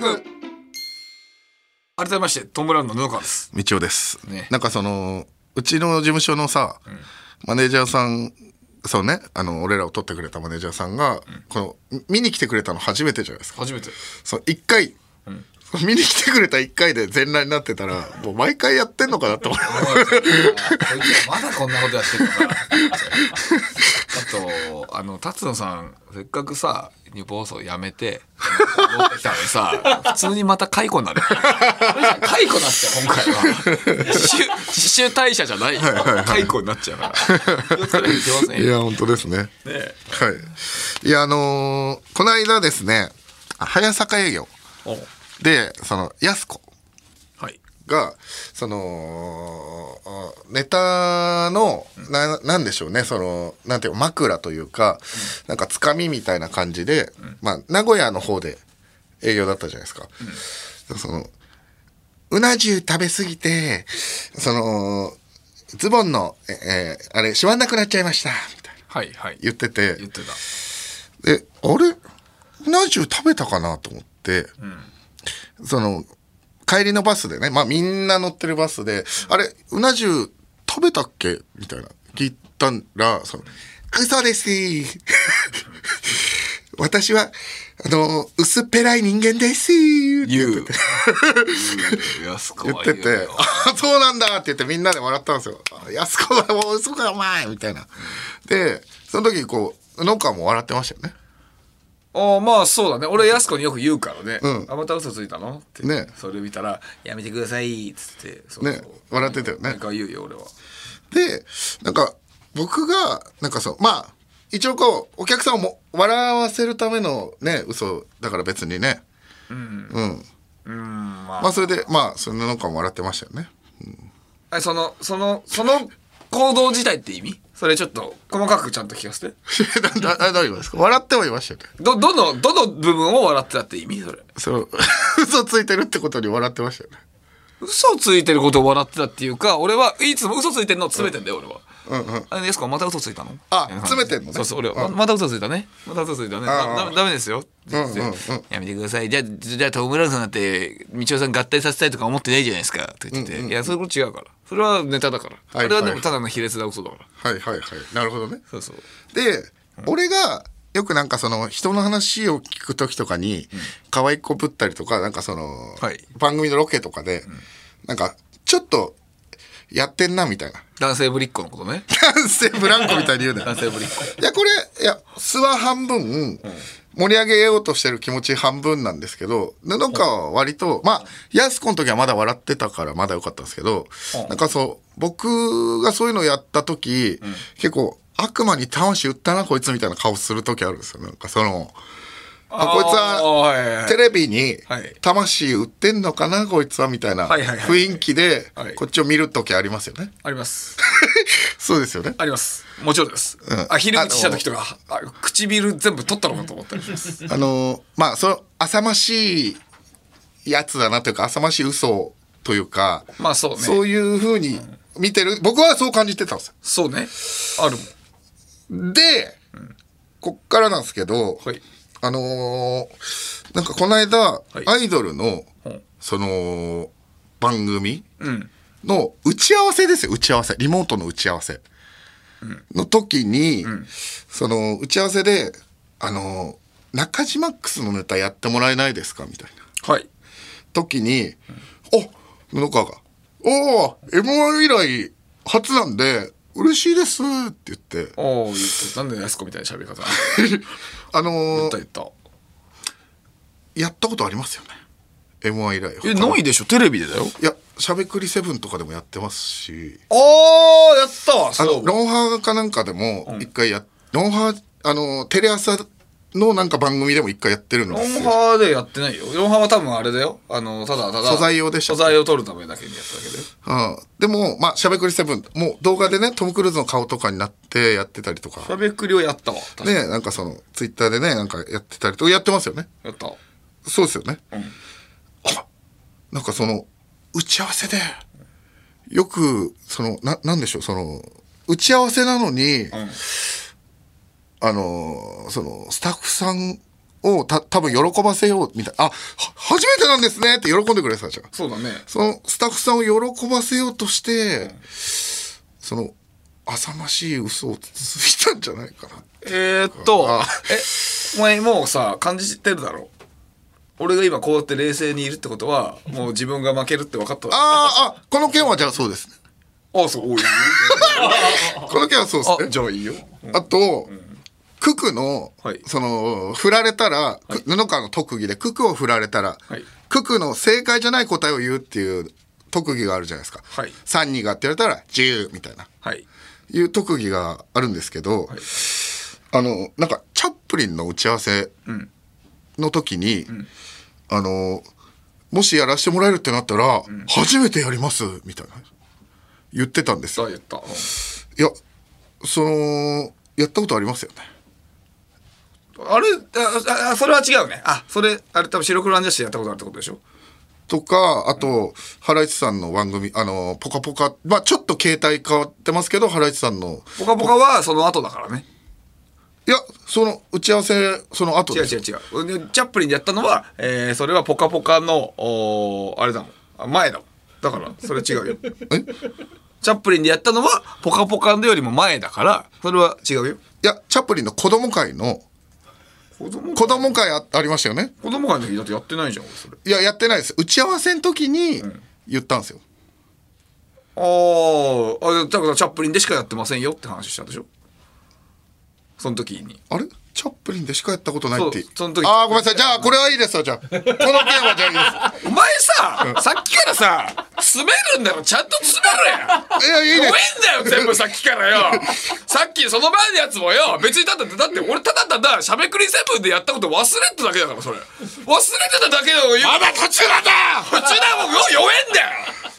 改めましてトム・ブラウンの布川ですみちおです、ねなんかそのうちの事務所のさ、マネージャーさんそうねあの俺らを取ってくれたマネージャーさんが、このみ見に来てくれたの初めてじゃないですか初めてそう一回、見に来てくれた一回で全裸になってたらもう毎回やってんのかなって思うまだこんなことやってるのかあとあの辰野さんせっかくさ日本放送やめて戻ってきたのにさ普通にまた解雇になる解雇になっちゃう今回は 自主自主退社じゃない解雇になっちゃうから気をつけなきゃいけませ んいよや本当ですねはいいやあのーこの間ですね早坂営業おでそのやす子はいがそのあネタのななんでしょうねそのなんていうの枕というか、なんかつかみみたいな感じで、まあ、名古屋の方で営業だったじゃないですか。そのうな重食べ過ぎてそのズボンの、えーあれしわんなくなっちゃいましたみたいなはいはい言ってて言ってたであれうな重食べたかなと思って、その帰りのバスでね、まあ、みんな乗ってるバスで「あれうな重食べたっけ?」みたいな聞いたら「その嘘です」 私は、あの、薄っぺらい人間です。言う。安子言はっ言てうてよ、あ、そうなんだって言ってみんなで笑ったんですよ。あ安子がもう嘘かお前みたいな。で、その時こう、農家も笑ってましたよね。ああまあそうだね俺やす子によく言うからね「うんあまた嘘ついたの?」って、ねそれ見たら「やめてください」っつってそうそうね笑ってたよねなんか言うよ俺はでなんか僕がなんかそうまあ一応こうお客さんをも笑わせるためのね嘘だから別にねうん、うんまあまあそれでまあそのなんかも笑ってましたよねあそのそのその行動自体って意味それちょっと細かくちゃんと聞かせて なな何がですか笑ってはいましたよねどどのどの部分を笑ってたって意味それその 嘘ついてるってことに笑ってましたよね嘘ついてることを笑ってたっていうか俺はいつも嘘ついてんのを詰めてんだよ俺は。あれですかまた嘘ついたのあ詰めてんのねそうそう俺はままた嘘ついたねまた嘘ついたねだだダメですよ、うんうんやめてくださいじゃあじゃあトム・ラウンさんだって道夫さん合体させたいとか思ってないじゃないですかと言ってて、いやそういうこと違うからそれはネタだから、そはいれはでもただの卑劣な嘘だから、はいはいはいなるほどねそうそうで、俺がよくなんかその人の話を聞く時とかに可愛い子ぶったりとかなんかそのはい番組のロケとかでなんかちょっとやってんなみたいな男性ぶりっ子のことね男性ブランコみたいに言うなよ男性ぶりっ子いやこれいや素は半分盛り上げようとしてる気持ち半分なんですけど布川は割とまあやす子の時はまだ笑ってたからまだ良かったんですけどなんかそう僕がそういうのをやった時結構悪魔に魂売ったなこいつみたいな顔する時あるんですよなんかそのあこいつはあーいはいテレビにはい魂売ってんのかなこいつはみたいなはいはいはい雰囲気ではいこっちを見る時ありますよね ありますそうですよねありますもちろんです、んあ昼打ちした時とかあ唇全部取ったのかと思ったりしますあのーまあその浅ましいやつだなというか浅ましい嘘というか、まあそうねそういうふうに見てる僕はそう感じてたんですよ。そうねあるもんで、こっからなんですけど、はいあのーなんかこの間、いアイドルの、んその番組うんの打ち合わせですよ打ち合わせリモートの打ち合わせの時に、その打ち合わせで「あのー中島マックスのネタやってもらえないですか?」みたいな。はい時に、お布川が「おお m 1以来初なんで嬉しいです」って言っておお言ってなんでやす子みたいな喋り方 あの言ーった言ったやったことありますよね m 1以来えないでしょテレビでだよいやしゃべくりセブンとかでもやってますしああやったわあそのうロンハーかなんかでも一回や、ロンハーあのテレ朝のなんか番組でも一回やってるんロですンよハーでやってないよロンハーは多分あれだよあのただただ素材用でしょ素材を取るためだけにやっただけでうん、でも、まあ、しゃべくりセブンもう動画でねトム・クルーズの顔とかになってやってたりとかしゃべくりをやったわ確かにねなんかそのツイッターでねなんかやってたりとかやってますよねやったわそうですよね、あなんかその打ち合わせでよくそのななんでしょうその打ち合わせなのに、あのそのスタッフさんをた多分喜ばせようみたいな「あは初めてなんですね」って喜んでくれてたじゃんそうだねそのスタッフさんを喜ばせようとして、その浅ましい嘘をついたんじゃないかなえー、っとあえお前もうさ感じてるだろ俺が今こうやって冷静にいるってことはもう自分が負けるって分かったああーあこの件はじゃあそうですねあそうおいこの件はそうですね あじゃあいいよあと、九九の、はいその、振られたら、く布川の特技で九九を振られたらはい、九九、の正解じゃない答えを言うっていう特技があるじゃないですか。はい三人がって言われたら、自由みたいな、はいいう特技があるんですけど、あの、なんか、チャップリンの打ち合わせの時に、あの、もしやらせてもらえるってなったら、初めてやります、みたいな、言ってたんですよさあやった、ういんやそのやったことありますよねあれあああそれは違うねあそれあれ多分白黒アンジャッシュやったことあるってことでしょとかあと、ハライチさんの番組「あのポカポカまあちょっと携帯変わってますけどハライチさんの「ぽかぽか」はその後だからねいやその打ち合わせその後違うで違う違うでチャップリンでやったのは、えーそれは「ぽかぽかの」おーあれだもんあ前だもんだからそれ違 うよチャップリンでやったのは「ぽかぽか」よりも前だからそれは違うよいやチャップリンの子供会の子供子供会あありましたよね子供がの時だってやってないじゃん俺それいややってないです打ち合わせの時に言ったんですよ、あーあだからチャップリンでしかやってませんよって話したでしょその時にあれチャップリンでしかやったことないってそうその時ああごめんなさいじゃあこれはいいですわじゃあこの件はじゃあいいお前 ささっきからさ詰めるんだろちゃんと詰めろやですいやいいごめんでだ すよ全部さっきからよさっきその前のやつもよ別にただだって俺ただただしゃべくりセブンでやったこと忘れてただけだからそれ忘れてただけだよまだ途中なんだ途中だもんもう酔えんだよ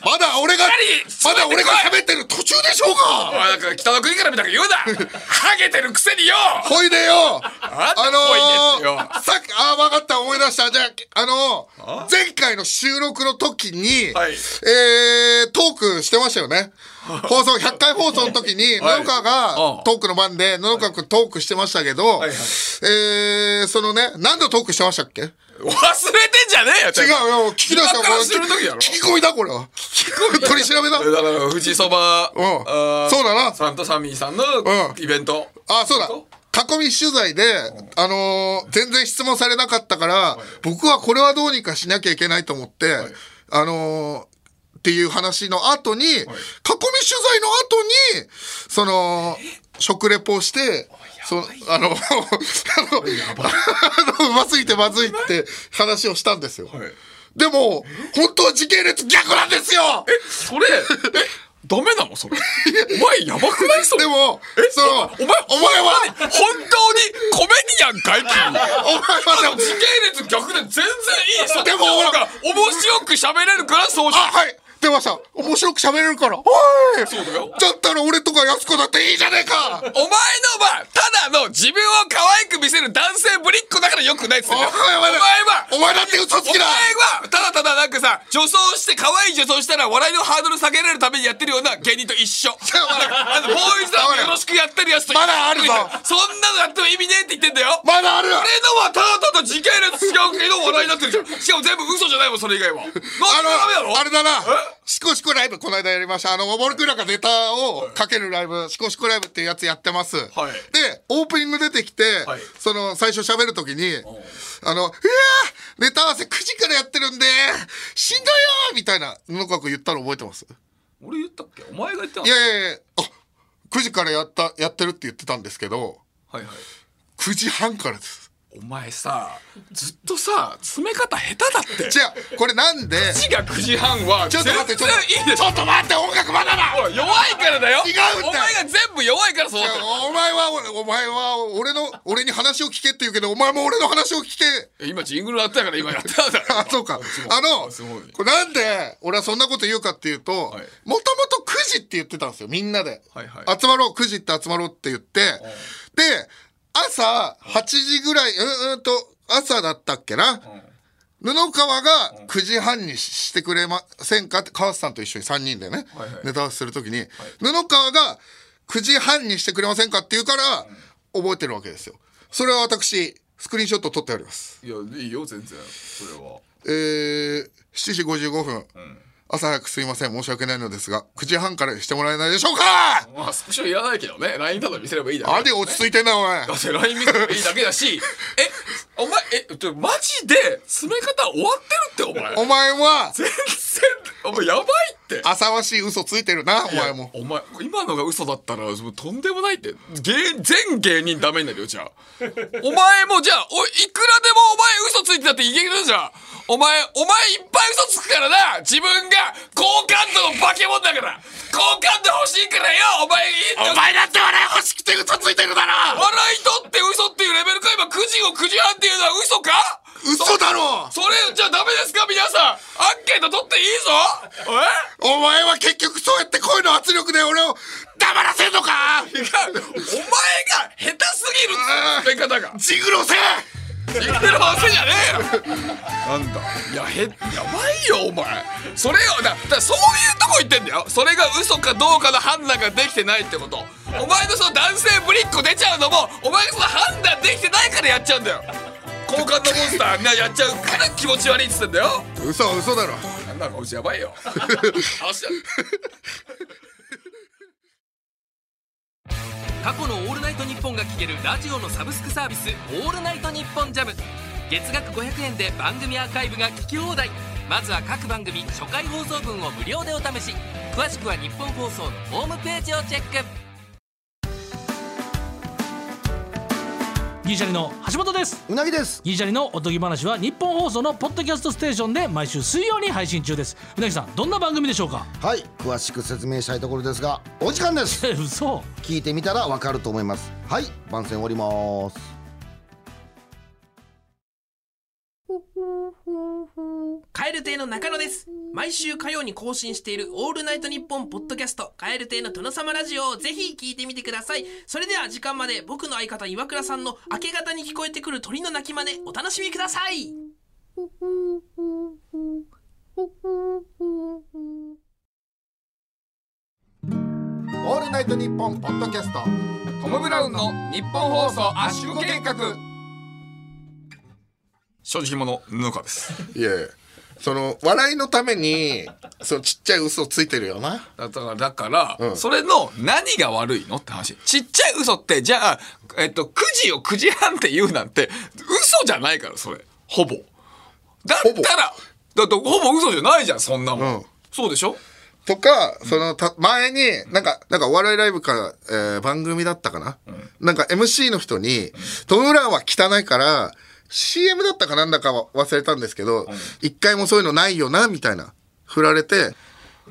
まだ俺がしっかまりだ俺が喋ってる途中でしょうおか前なんか北の国からみたいに言うなハゲてるくせによほいでよああののー、さっきああ分かった思い出したじゃああのー、前回の収録の時に、はいえー、トークしてましたよ ね放送100回放送の時には野々い川うがんトークの番で野々川君トークしてましたけど、いはいえー、そのね何度トークしてましたっけ忘れてんじゃねえよ違うよ聞き出した今からする時やろ聞き込みだこれは聞き込み取り調べ だだから富士そばんそうだなさんとサミーさんのうんイベント、あそうだ本囲み取材で、あのー全然質問されなかったから、僕はこれはどうにかしなきゃいけないと思って、あのーっていう話の後に、囲み取材の後にその食レポをして。そあの あのあのうますぎてまずいって話をしたんですよ、はいでも本当は時系列逆なんですよえそれえダメなのそれお前やばくないそれでもえそのお前お前は本当にコメディアンかい君お前はでも時系列逆で全然いいそでもなんか面白く喋れるからそうしあはい出ました面白く喋れるからおいそうだよだったら俺とかやす子だっていいじゃねえ かお前のまあただの自分を可愛く見せる男性ぶりっ子だからよくないっつってんだよお前はねお前だって嘘つきだお前はただただなんかさ女装して可愛い女装したら笑いのハードル下げられるためにやってるような芸人と一緒あのボーイズラブよろしくやってるやつと一緒まだあるぞそんなのやっても意味ねえって言ってんだよまだある俺のはただただ時系列違うけど笑いになってるじゃんしかも全部嘘じゃないもんそれ以外はなんでダメだろあれだなえシコシコライブこの間やりましたあのおぼるくらがネタをかけるライブシコシコライブっていうやつやってます、いでオープニング出てきて、はいその最初喋る時にあの「いやーネタ合わせ9時からやってるんでしんどいよー」みたいな布川君言ったの覚えてます俺言ったっけお前が言ったのいやいやいやあ9時からやったやってるって言ってたんですけどはいはい9時半からですお前さずっとさ詰め方下手だってじゃあこれなんで時が9時半はちょっと待ってちょっと全然いいでしちょょっと待って音楽まだだおい弱いからだよ違うんだよお前が全部弱いからそうなってるお前はお前は俺の俺に話を聞けって言うけどお前も俺の話を聞け今ジングル鳴ったから今やってたんだよ あそうかあのすごいこれなんで俺はそんなこと言うかっていうともともいと9時って言ってたんですよみんなで、はいはい集まろう9時って集まろうって言ってで朝8時ぐらいうんうんと朝だったっけな、布川が9時半にししてくれませんかって川瀬さんと一緒に3人でね、はいはいネタ合わせするときに、布川が9時半にしてくれませんかって言うから、覚えてるわけですよそれは私スクリーンショット撮ってありますいやいいよ全然それはえー、7時55分、朝早くすいません申し訳ないのですが9時半からしてもらえないでしょうかまあスクショいらないけどね LINE ただ見せればいいだあけで落ち着いてんなお前だって LINE 見せればいいだけ だしえお前えちょマジで詰め方終わってるってお前お前は全然お前やばいって浅ましい嘘ついてるなお前もお前今のが嘘だったらもうとんでもないって芸全芸人ダメになるよじゃあお前もじゃあおいくらでもお前嘘ついてたっていけるじゃんお前お前いっぱい嘘つくからな自分が好感度の化け物だから好感度欲しいからよお前いいお前だって笑い欲しくて嘘ついてるだろ笑いとって嘘っていうレベルか今9時を9時半っていうのは嘘か嘘だろそれじゃダメですか皆さんアンケート取っていいぞえお前は結局そうやって声の圧力で俺を黙らせんのか違うお前が下手すぎるって言い方がジグロせ言ってるわけじゃねえよなんだいやへやばいよお前それをだだそういうとこ言ってんだよそれが嘘かどうかの判断ができてないってことお前のその男性ぶりっ子出ちゃうのもお前がその判断できてないからやっちゃうんだよ好感度モンスターなやっちゃうから気持ち悪いっつってんだよ嘘は嘘だろなんだかうちやばい よ話だ過去の「オールナイトニッポン」が聴けるラジオのサブスクサービス「オールナイトニッポンジャム月額500円で番組アーカイブが聞き放題まずは各番組初回放送分を無料でお試し詳しくは日本放送のホームページをチェックギリシャリの橋本ですうなぎですギリシャリのおとぎ話は日本放送のポッドキャストステーションで毎週水曜に配信中ですうなぎさんどんな番組でしょうかはい詳しく説明したいところですがお時間ですえ 嘘聞いてみたらわかると思いますはい番宣終わりますカエル亭の中野です毎週火曜に更新している「オールナイトニッポン」ポッドキャスト「カエル亭の殿様ラジオ」をぜひ聞いてみてくださいそれでは時間まで僕の相方岩倉さんの明け方に聞こえてくる鳥の鳴き真似お楽しみくださいオールナイトニッポンポッドキャストトム・ブラウンの日本放送圧縮計画正直者ぬかですいやいやその笑いのためにそのちっちゃい嘘ついてるよなだから、だから、うんそれの何が悪いのって話。ちっちゃい嘘って、じゃあ、えっと、9時を9時半って言うなんて、嘘じゃないから、それ。ほぼ。だったら、だってほぼ嘘じゃないじゃん、そんなもん。うんそうでしょとか、そのた前になんかなんかお笑いライブから、えー番組だったかな、なんか MC の人に「トム・ブラウンは汚いから」CM だったかなんだかは忘れたんですけど、一回もそういうのないよな、みたいな、振られて、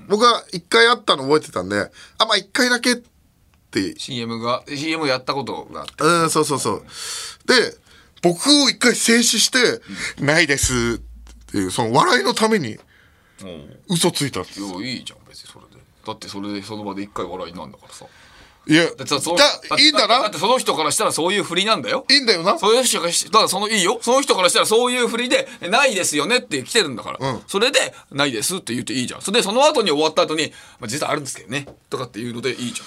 僕は一回あったの覚えてたんで、あ、まあ一回だけって、 ?CM が、CM やったことがあって。うん、そうそうそう。で、僕を一回静止して、ないですっていう、その笑いのために嘘ついたんです。いや、いいじゃん、別にそれで。だってそれでその場で一回笑いになんだからさ。いや、だってそだいいんだだなってその人からしたらそういう振りなんだよ。いいんだよなそういう人がし、だからそのいいよ。その人からしたらそういう振りで、えないですよねって来てるんだから。うんそれで、ないですって言っていいじゃん。それで、その後に終わった後に、まあ、実はあるんですけどね。とかっていうのでいいじ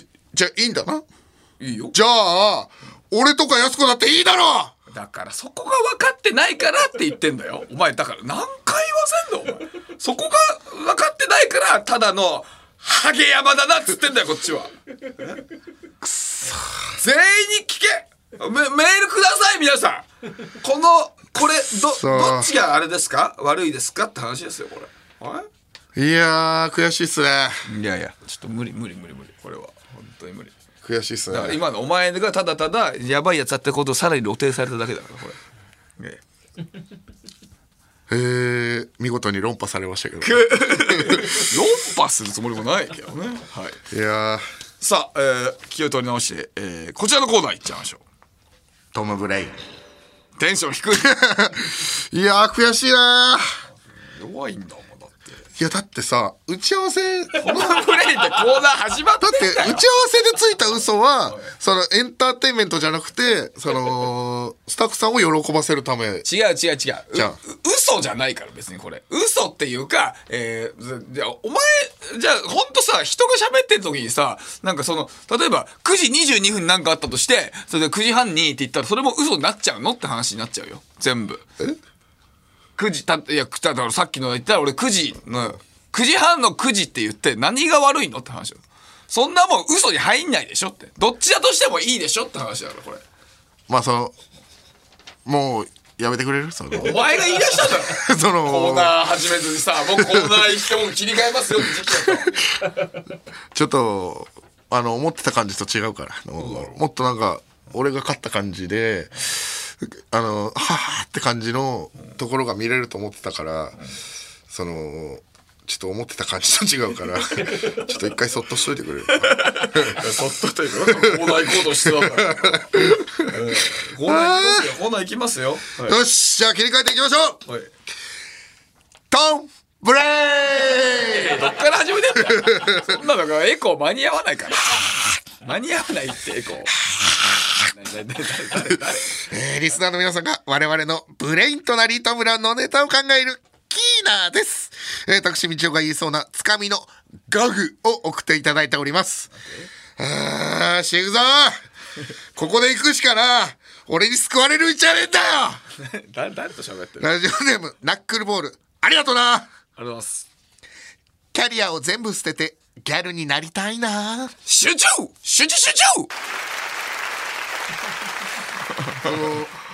いじゃあいいんだなゃん。いいよ。じゃあ、俺とか安子だっていいだろだからそこが分かってないからって言ってんだよ。お前、だから何回言わせんのお前。そこが分かってないから、ただの、ハゲ山だなっつってんだよ、こっちは。くそ。全員に聞けメメールください、皆さん。この、これ、ど、そうどっちがあれですか悪いですかって話ですよ、これ。あいやー、悔しいっすね。れいやいや、ちょっと無理無理無理無理。これは、本当に無理。悔しいっすねだか。ら今のお前がただただやばいやつだってことをさらに露呈されただけだからこれ。ねへー、見事に論破されましたけど。論破するつもりもないけどね。はい。いやー、さあ、えー気を取り直して、えーこちらのコーナーいっちゃいましょトム・ブレイン。う。テンション低い。 いやー、悔しいなー。弱いんだもんだっいて。 や、だってさ、打ち合わ せ、だって、このプレイでコーナー始まって打ちんだ合よわ。せでついた嘘は、その、エンターテインメントじゃなくて、その、スタッフさんを喜ばせるため。違う違う違ううじゃあ嘘じゃないから別にこれ嘘っていうか、えーずじゃあお前じゃあほんとさ人が喋ってる時にさなんかその例えば9時22分になんかあったとしてそれで9時半にって言ったらそれも嘘になっちゃうのって話になっちゃうよ全部9時たいやだからさっきの言ったら俺9時の9時半の9時って言って何が悪いのって話よそんなもん嘘に入んないでしょってどっちだとしてもいいでしょって話だからこれまあ、その、もう、やめてくれる その、お前が言い出したんだろその、コーナー始めずに さ、僕コーナー行っても切り替えますよって時期だった。ちょっとあの思ってた感じと違うからあのもっとなんか俺が勝った感じであのはあって感じのところが見れると思ってたからそのちょっと思ってた感じと違うから ちょっと一回そっとしといてくれるそっとというか、コーナー行こうと してたから。コーナー行きますよ、コーナー行きますよ。はいよしじゃあ切り替えていきましょうはいトンブレインどっから始めてんだよそんなのがエコー間に合わないから。間に合わないってエコー。何何何何何えーリスナーの皆さんが我々のブレインとなりトムラのネタを考えるキーナーです、えー、私道夫が言いそうなつかみのガグを送っていただいておりますあーシグザーここで行くしかな俺に救われるんじゃねえんだよ誰誰と喋ってるありラジがオネームナックルボールありがとなとうございます。キャリアを全部捨ててギャルになりたいな集中集中集中この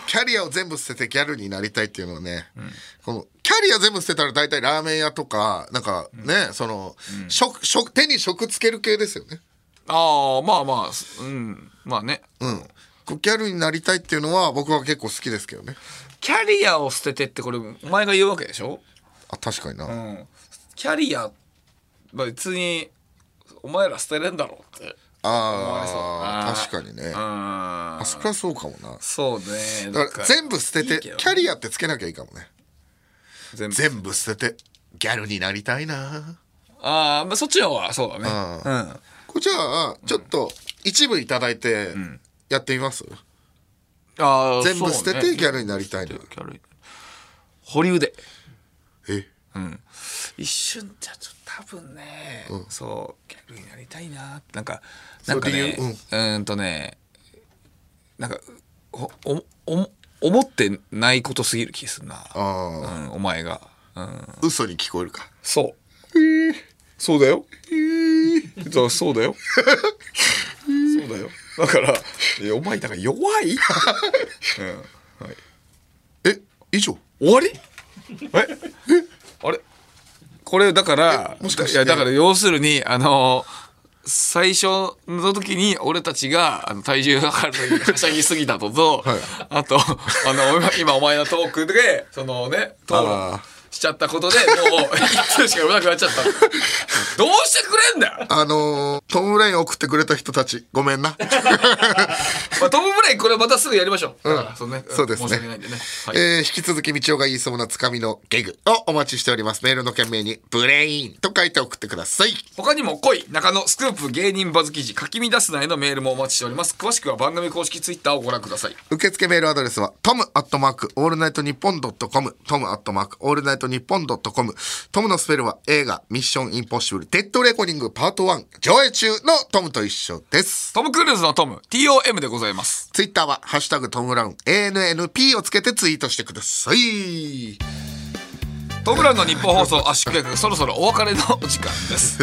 キャリアを全部捨ててギャルになりたいっていうのはね、このキャリア全部捨てたら大体ラーメン屋とかなんかね、その、食食手に食つける系ですよねああ、まあまあ、うん。まあね。うんこうギャルになりたいっていうのは僕は結構好きですけどねキャリアを捨ててってこれお前が言うわけでしょあ確かにな、うんキャリアまあ別にお前ら捨てれんだろうってあー確かにねああそりゃそうかもなそうねだから全部捨てていいけどキャリアってつけなきゃいいかもね全部全部捨ててギャルになりたいなああまあそっちの方はそうだねうんこれじゃあちょっと一部いただいてやってみます、あー全部捨てそうてねギャルになりたいな、キャリア保留でえ一瞬じゃちょっと多分ね、そうギャルになりたいなってなんかそなうんかね理由うんうーんとねなんかおおお思ってないことすぎる気するな、うああん、お前が、うん、嘘に聞こえるかそう、そうだよ、だからそうだよ そうだよだからいやお前だから弱い、うん、え以上終わりえあれこれだからもしかしていやだから要するにあの最初の時に俺たちがあの体重がかかる時にはしゃぎすぎたとと、はいあとあの今今お前のトークでそのね討論あしちゃったことでもう 一通しかうまくなっちゃったどうしてくれんだよ、あのートム・ブレイン送ってくれた人たちご めんな、まあ、トム・ブレインこれまたすぐやりましょう、だからそのねそうですね申し訳ないんでね、はいえー引き続き道夫が言いそうなつかみのゲグをお待ちしておりますメールの件名に「ブレイン」と書いて送ってください他にも恋中野スクープ芸人バズ記事書き乱すなへのメールもお待ちしております詳しくは番組公式ツイッターをご覧ください受付メールアドレスはトムアットマークオールナイトニッポンドットコムトムアットマークオールナイトニッポンドットコムトムのスペルは映画ミッションインポッシブルデッドレコーディングパート1上映中のトムと一緒ですトム・クルーズのトム TOM でございますツイッターはハッシュタグトムブラウン ANNP をつけてツイートしてください トム・ブラウンの日本放送圧縮計画そろそろお別れのお時間です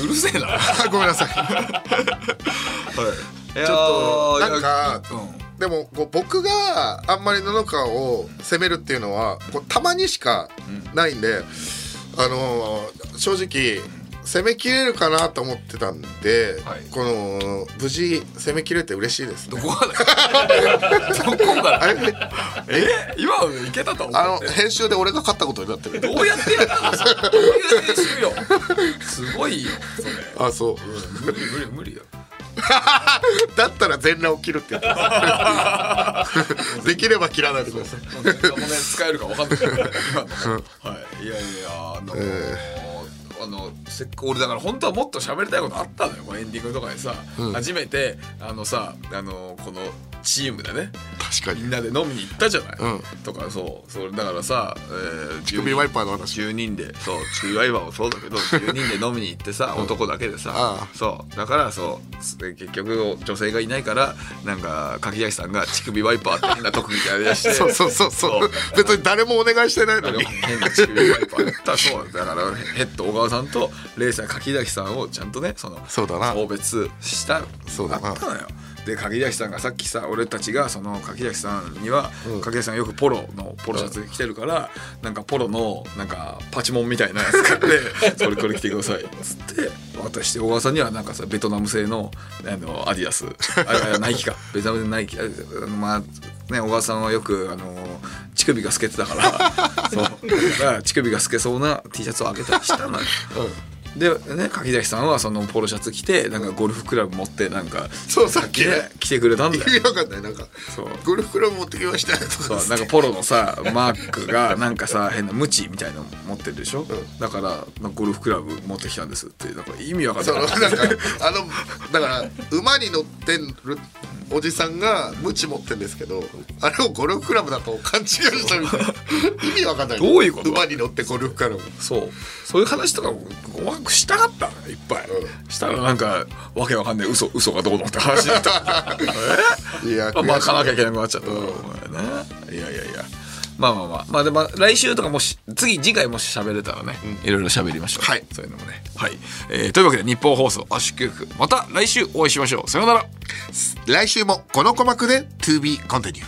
うるせえな あごめんなさいちょっとなんかうんでもこう僕があんまり布川を責めるっていうのはこうたまにしかないんで、あのー正直攻めきれるかなと思ってたんで、はいこの無事攻めきれて嬉しいです、どね、こがだよどこが あだよれえ今のいけたと思 あのって編集で俺が勝ったことになってるどうやってやったのどういう編集よすごいよそれあそう 無理無理無理よだったら全裸を切るって言ってます できれば切らないでくださいもうこの辺使えるかわかんない。はい。いやいやあのーあのせっか俺だから本当はもっと喋りたいことあったのよ。このエンディングとかでさ、初めてあのさあのーこのチームでね確かみにんなで飲みに行ったじゃない。うんとかそうそれだからさ、えー、乳首ワイパーの話10人でそう乳首ワイパーもそうだけど10人で飲みに行ってさ男だけであさあそうだからそうす結局女性がいないからなんか柿崎さんが乳首ワイパーって変な特技やりだしてそうそうそうそう別に誰もお願いしてないのに変な乳首ワイパーやった そうだからヘッド小川さんとレイさん柿崎さんをちゃんとねそのそうだな送別したそうだなあったのよで柿崎さんがさっきさ俺たちがその柿崎さんには、柿崎さんよくポロのポロシャツ着てるから、なんかポロのなんかパチモンみたいなやつ買 ってそれこれ着てくださいっつって渡して小川さんにはなんかさベトナム製のあのアディダスあれあれナイキか ベトナムでナイキああのまあね小川さんはよくあの乳首が透けてたから そうだから乳首が透けそうな T シャツをあげたりしたのよ。でね柿崎さんはそのポロシャツ着てなんかゴルフクラブ持ってなんかそうさっきね来てくれたんだ意よ味わかんないなんかそうゴルフクラブ持ってきましたとそうかなんかポロのさマークがなんかさ変なムチみたいなの持ってるでしょ、だからなんかゴルフクラブ持ってきたんですってなんか意味わかんそなのいなんかあのだから馬に乗ってるおじさんがムチ持ってんですけどあれをゴルフクラブだと勘違いしたみたいな意味わかんないどういうこと馬に乗ってゴルフクラブそうそういう話とかもうまくしたかったのよいっぱい、うしたらなんかわけわかんない嘘嘘がどうのって話だった えいやま悔あしい巻かなきゃいけなくなっちゃったな、お前ねいやいやいやまあまあまあまあでも来週とかもし次次回もし喋れたらね、いろいろ喋りましょうはいそういうのもねはい、えーというわけで日本放送圧縮局また来週お会いしましょうさようなら来週もこの鼓膜で To be continue